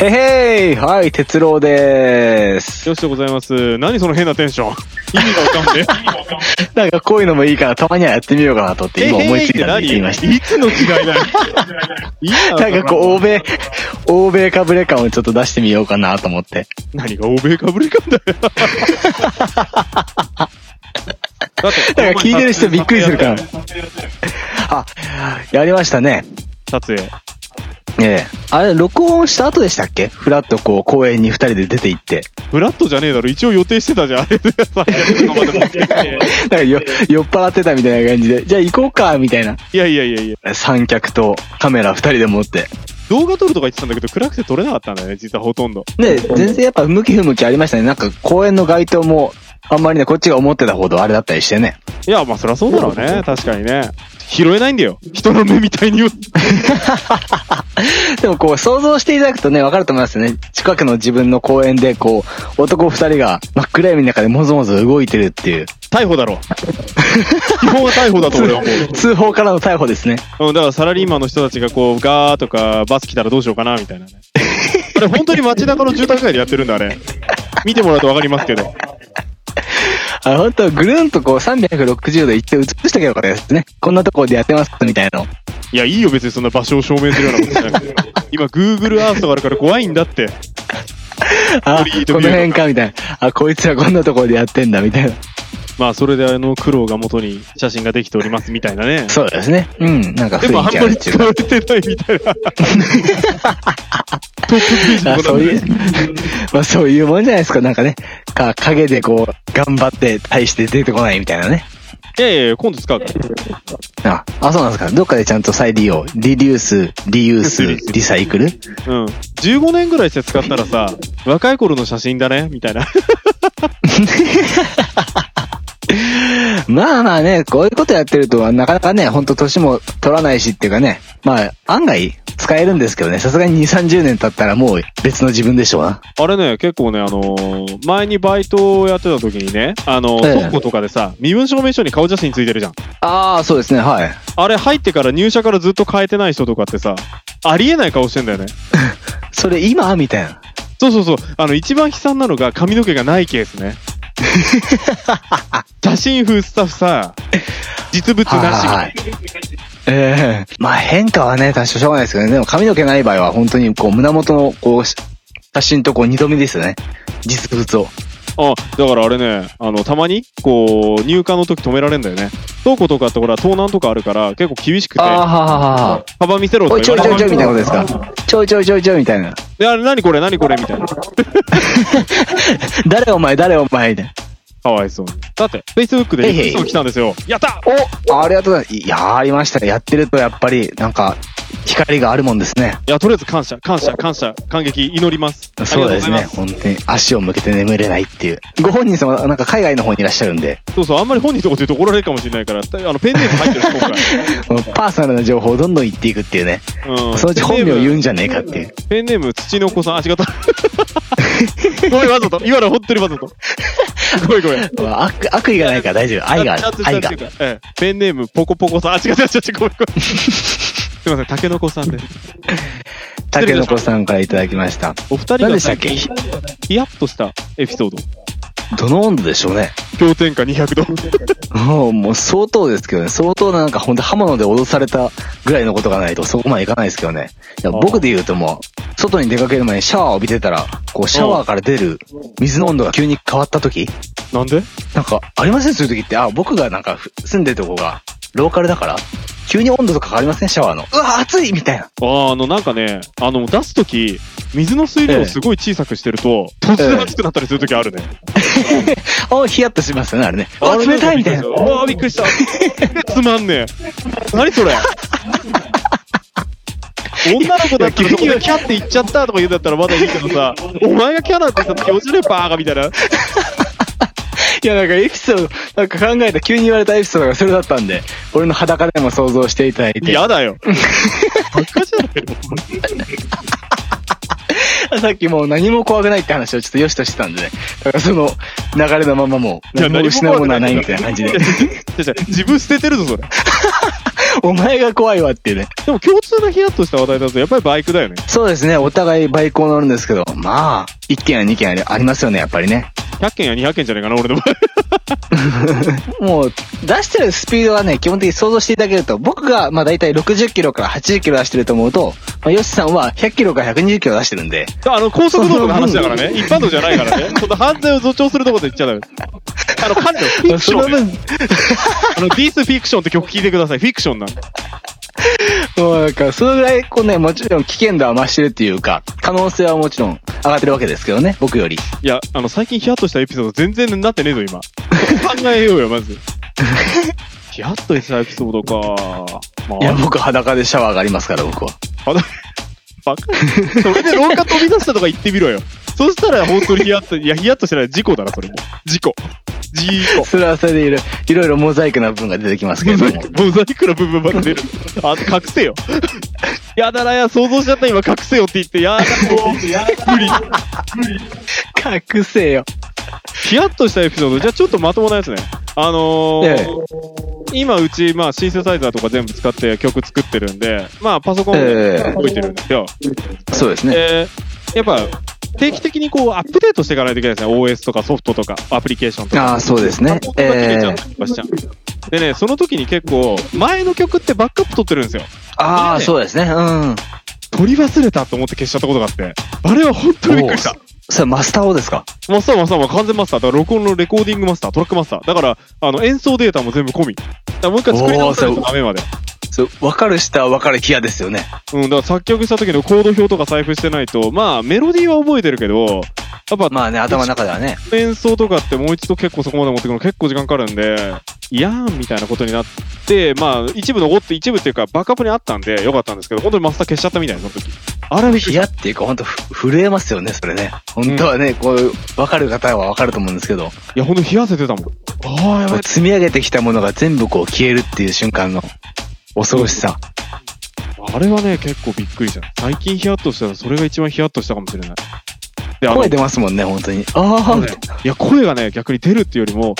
へへいはい、哲郎でーす。よしでございます。何その変なテンシ ョン。意味がわかんねなんかこういうのもいいから、たまにはやってみようかなとってえ。 今思いついへへたんで言ってみーまっして何いつの時代だよ。た。 なんかこう、欧米、欧米かぶれ感をちょっと出してみようかなと思って。う。何が欧米かぶりかん だよ。だってなんか聞いてる人びっくりするから。あ、やりましたね。撮影。ええあれ、録音した後でしたっけふらっとこう、公園に二人で出て行って。フラットじゃねえだろ。一応予定してたじゃん。あれで最悪のままで持ってきてなんかよ、酔っ払ってたみたいな感じで。じゃあ行こうか、みたいな。いやいやいやいや。三脚とカメラ二人で持って。動画撮るとか言ってたんだけど、暗くて撮れなかったんだよね。実はほとんど。で、全然やっぱ向き不向きありましたね。なんか公園の街灯も、あんまりね、こっちが思ってたほどあれだったりしてね。いや、まあそりゃそうだろうね。確かにね。拾えないんだよ。人の目みたいに言う。でもこう、想像していただくとね、わかると思いますね。近くの自分の公園で、こう、男二人が真っ暗闇の中でもぞもぞ動いてるっていう。逮捕だ ろ。基本は逮捕だと俺は思う。通報からの逮捕ですね。うん、だからサラリーマンの人たちがこう、ガーとか、バス来たらどうしようかな、みたいなね。あれ、本当に街中の住宅街でやってるんだ、あれ。見てもらうとわかりますけど。あ、本当ぐるんとこう、360度行って映しとけばよかったですね。こんなところでやってます、みたいなの。いや、いいよ、別にそんな場所を証明するようなことじゃなくて。今、Google Earth とかあるから怖いんだって。あ、鳥居とこビのルとか辺か、みたいな。あ、こいつらこんなところでやってんだ、みたいな。まあ、それであの苦労が元に写真ができております、みたいなね。そうですね。うん、なんかで雰も、あ囲ん気まあるっりていうか使われてないみたいな。トップページ のあことそうなんいでう、まあそういうもんじゃないですか。なんかね、か、影でこう、頑張って、対して出てこないみたいなね。いやいやいや、今度使うから。あ、あそうなんですか。どっかでちゃんと再利用。リデュース、リユース、リサイクル うん。15年ぐらいして使ったらさ、若い頃の写真だね、みたいな。まあまあね、こういうことやってると、なかなかね、ほんと年も取らないしっていうかね、まあ案外使えるんですけどね、さすがに2、30年経ったらもう別の自分でしょうな。あれね、結構ね、あのー前にバイトをやってた時にね、あのーええ倉庫とかでさ、身分証明書に顔写真ついてるじゃん。ああ、そうですね、はい。あれ入ってから入社からずっと変えてない人とかってさ、ありえない顔してんだよね。それ今みたいな。そうそうそう、あの、一番悲惨なのが髪の毛がないケー スね。写真風スタッフさ、実物なしみたいな。ええまあ変化はね、多少しょうがないですけどね。でも髪の毛ない場合は本当にこう胸元のこうし写真とこう二度目ですよね。実物を。あ、だからあれね、あの、たまに、こう、入荷の時止められんだよね。倉庫とかってほら、盗難とかあるから、結構厳しくて、ああ、幅見せろおとかいちょ言いわちれょるいちょいみたいなことですか。ちょいちょいちょいちょいみたいな。で、あれ、何これ、何これ、みたいな。誰お前誰お前みたいな。かわいそうに。だって、Facebook でへいへいリクエスト来たんですよ。やったおありがとうございます。いやありましたね。やってるとやっぱりなんか光があるもんですね。いや、とりあえず感謝、感謝、感謝、感激、祈ります。そうですあね。りがとうござい本当に足を向けて眠れないっていう。ご本人様、なんか海外の方にいらっしゃるんで、ます。そうそう、あんまり本人とこと言うと怒られるかもしれないから、あの、ペンネーム入ってるし、今このパーソナルな情報をどんどん言っていくっていうね。 回。うん。そのうち本名ペンネーム言うんじゃねえかっていう。ペンネーム、土の子さん、あ、違った。 ごめん、わざと。今のは本当にわざと。ごめん、ごめん。まあ悪悪意がないから大丈夫。愛があるちゃんと。した愛ってがいう。かええペンネーム、ポコポコさん、あ、違った、違った、ごめん、ごめん。 すいません、タケノコさんで。たけのこさんからいただきました。お二人何がでしたっ最け近、ヒヤッとしたエピソード。どの温度でしょうね。氷点下200度。もう、もう相当ですけどね。相当ななんか本当刃物で脅されたぐらいのことがないとそこまでいかないですけどね。いやああ僕で言うともう、外に出かける前にシャワーを浴びてたら、こうシャワーから出る水の温度が急に変わった時なんでなんか、ありませんそういう時って、あ、僕がなんかふ住んでるとこが、ローカルだから、急に温度とか変わりませんシャワーの。うわ、暑いみたいな。あーあの、なんかね、あの、出すとき、水の水量をすごい小さくしてると、突然熱くなったりするときあるね。あ、ヒヤッとしますよね、あれね。あ、冷たいみたいな。 うわーびっくりした。つまんねえ。何それ女の子だったらそこでキャって言っちゃったとか言うんだったらまだいいけどさ、 お前がキャなんて言ったら気持ち悪いバーガみた いな。いや、なんかエピソード、なんか考えた、急に言われたエピソードがそれだったんで、俺の裸でも想像していただいて。嫌だよ。バカじゃないのさっきもう何も怖くないって話をちょっと良しとしてたんでね。だからその流れのままもう、いや 何も失うものはないみたいな何感もじ怖でく。ない違う違う違う自分捨ててるぞ、それ。お前が怖いわっていうね。でも共通のヒヤッとした話題だと、やっぱりバイクだよね。そうですね、お互いバイクを乗るんですけど、まあ、1件や2件ありありますよね、やっぱりね。 100件や200件じゃないかな、俺の場合。もう、出してるスピードはね、基本的に想像していただけると、僕が、まあ大体60キロから80キロ出してると思うと、まあ、ヨシさんは100キロから120キロ出してるんで、あの、高速道路の話だからね。一般道じゃないか らね。その犯罪を助長するとこで言っちゃダメです。あの、彼女、フィクシそョのンね。分、あの、ディスフィクションって曲聴いてください。フィクションなの。もうなんか、そのぐらい、こうね、もちろん危険度は増してるっていうか、可能性はもちろん上がってるわけですけどね、僕より。いや、あの、最近ヒヤッとしたエピソード全然なってねえぞ、今。考えようよ、まず。ヒヤッとしたエピソードか。まいや、あ、僕裸でシャワーがありますから、僕は。あの、バカ。それで廊下飛び出したとか言ってみろよ。そしたら本当にヒヤッと、いや、ヒヤッとしたら事故だな、それも。事故。事故。それはそれでいろいろいろモザイクな部分が出てきますけれ ども。モザイクの部分まで出る。あ、隠せよ。 やだな、や、想像しちゃった、今、隠せよって言って、やだ、もう、やだ、無理。隠せよ。ヒヤッとしたエピソード、じゃあちょっとまともなやつね。あのーええ今うち、まあ、シンセサイザーとか全部使って曲作ってるんで、まあ、パソコンええで動いてるんですよ。そうですね。で、やっぱ、定期的にこう、アップデートしていかないといけないですね。OS とかソフトとか、アプリケーションとか。ああ、そうですね。えええでね、その時に結構、前の曲ってバックアップ取ってるんですよ。ああ、そうですね。うん。取り忘れたと思って消しちゃったことがあって、あれは本当にびっくりした。それマスターをですかマスターマスターは完全マスター。だから録音のレコーディングマスター、トラックマスター。だから、あの、演奏データも全部込み。だからもう一回作り直さないとダメまで。そう、わかる人はわかる気やですよね。うん、だから作曲した時のコード表とか財布してないと、まあ、メロディーは覚えてるけど、やっぱ、まあね、頭の中ではね。演奏とかってもう一度結構そこまで持ってくの結構時間かかるんで、いやーんみたいなことになって、まあ、一部残って、一部っていうか、バックアップにあったんで、よかったんですけど、本当にマスター消しちゃったみたいな、その時。あれ、気やっていうか、ほんとふ震えますよね、それね。本当はね、こう、わかる方はわかると思うんですけど、いや、ほんと冷やせてたもん。ああ、やこばうい。積み上げてきたものが全部こう消えるっていう瞬間の恐ろしさ。あれはね、結構びっくりじゃん。最近ヒヤッとしたら、それが一番ヒヤッとしたかもしれない。で、あの、声い出ますもんね、本当に。ああ、そうだよや、声がね、逆に出るっていうよりも、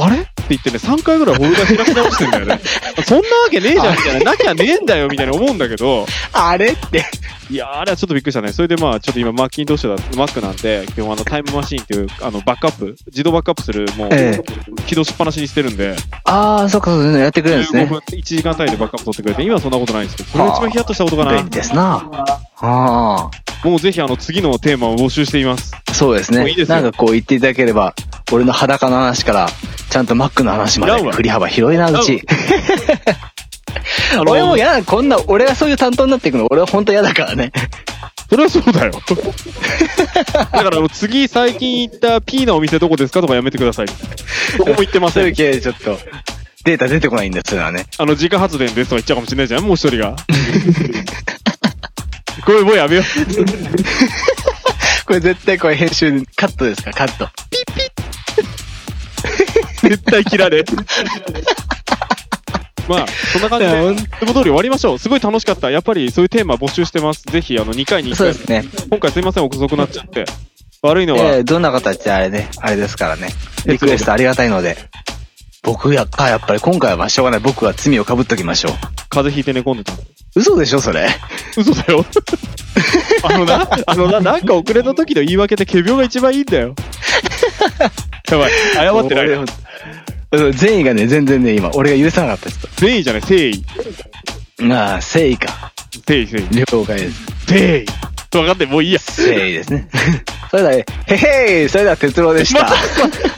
あれって言ってね、3回ぐらいホルダー開き直してんだ よね。そんなわけねえじゃん、みたいな。なきゃねえんだよ、みたいな思うんだけど、あれって。いや、あれはちょっとびっくりしたね。それでまあ、ちょっと今、マッキントッシュだ、マックなんで、基本あの、タイムマシーンっていう、あの、バックアップ、自動バックアップする、もう、え起動しっぱなしにしてるんで、ああ、そっか、そうですね。やってくれるんです15ね。分、1時間単位でバックアップ取ってくれて、今はそんなことないんですけど、それが一番ヒヤッとしたことか便利な。ですな。あもうぜひ、あの、次のテーマを募集しています。あ、そうですもねういいですよなんかこう言っていただければ、俺の裸の話から、ちゃんとマックの話まいらんで、わ振り幅広いな、うち。あの 俺も嫌だ、こんな、俺がそういう担当になっていくの、俺は本当嫌だからね。それはそうだよ。だからあの次最近行ったピーなお店どこですかとかやめてください。どこも行ってまそうせ。いうん系、ちょっと、データ出てこないんですよね。あの自家発電ですとか言っちゃうかもしれないじゃん、もう一人 が。これもうやめよう。これ絶対これ編集、カットですか、カット。絶対切ら れ。まあ、そんな感じいやほで、んいつも通り終わりましょう。すごい楽しかった。やっぱりそういうテーマ募集してます。ぜひ、あの、2回に1そう回で。すね。今回すいません、遅くなっちゃって。悪いのは、えーどんな形であれね、あれですからね。リクエストありがたいので。僕や、あ、やっぱり今回はしょうがない。僕は罪を被っときましょう。風邪ひいて寝込んでた。嘘でしょ、それ。嘘だよ。あのな、あのな、なんか遅れた時の言い訳って仮病が一番いいんだよ。やばい、謝ってない。俺。善意がね、全然ね、今、俺が許さなかった、ちょっ善意じゃない、誠意。と。ああ、誠意か。誠意、誠意。了解です。誠意。分かって、もういいや。誠意ですね。 それでは、へへいそれでは、哲郎でしまたた。、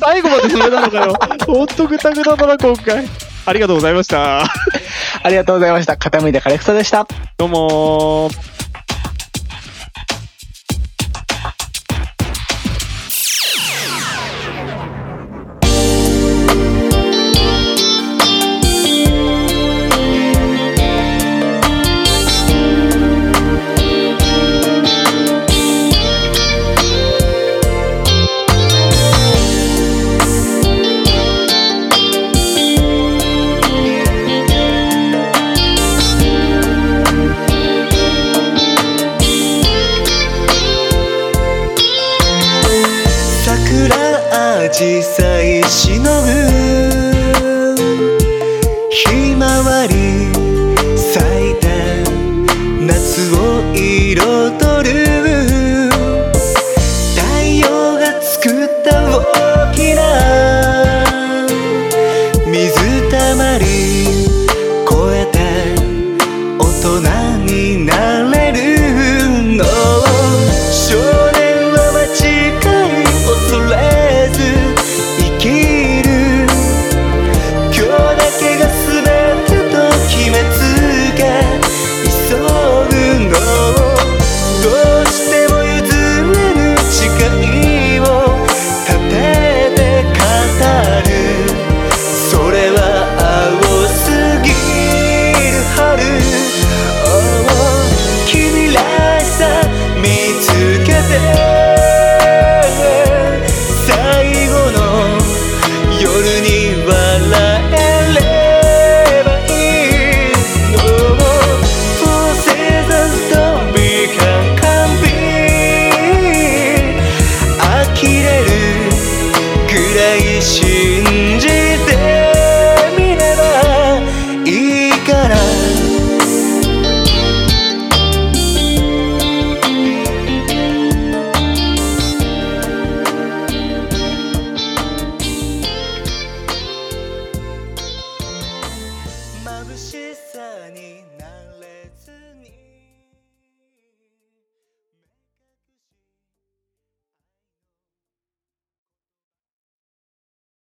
最後までそれなのかよ。ほんとぐたぐただな、今回。ありがとうございました。ありがとうございました。傾いたカレクサでした。どうもー。桜紫陽花しのぶひまわり彩る太陽が作った大きな水たまり越えて大人になれるの少年は間違い恐れず生きる今日だけが全てと決めつけ急ぐのどうしても譲れぬ誓いを立てて語るそれは青すぎる春 Oh 君らしさ見つけて最後の夜に笑えればいいの Four seasons と We can come be 呆れるぐらい信じてみればいいから眩しさ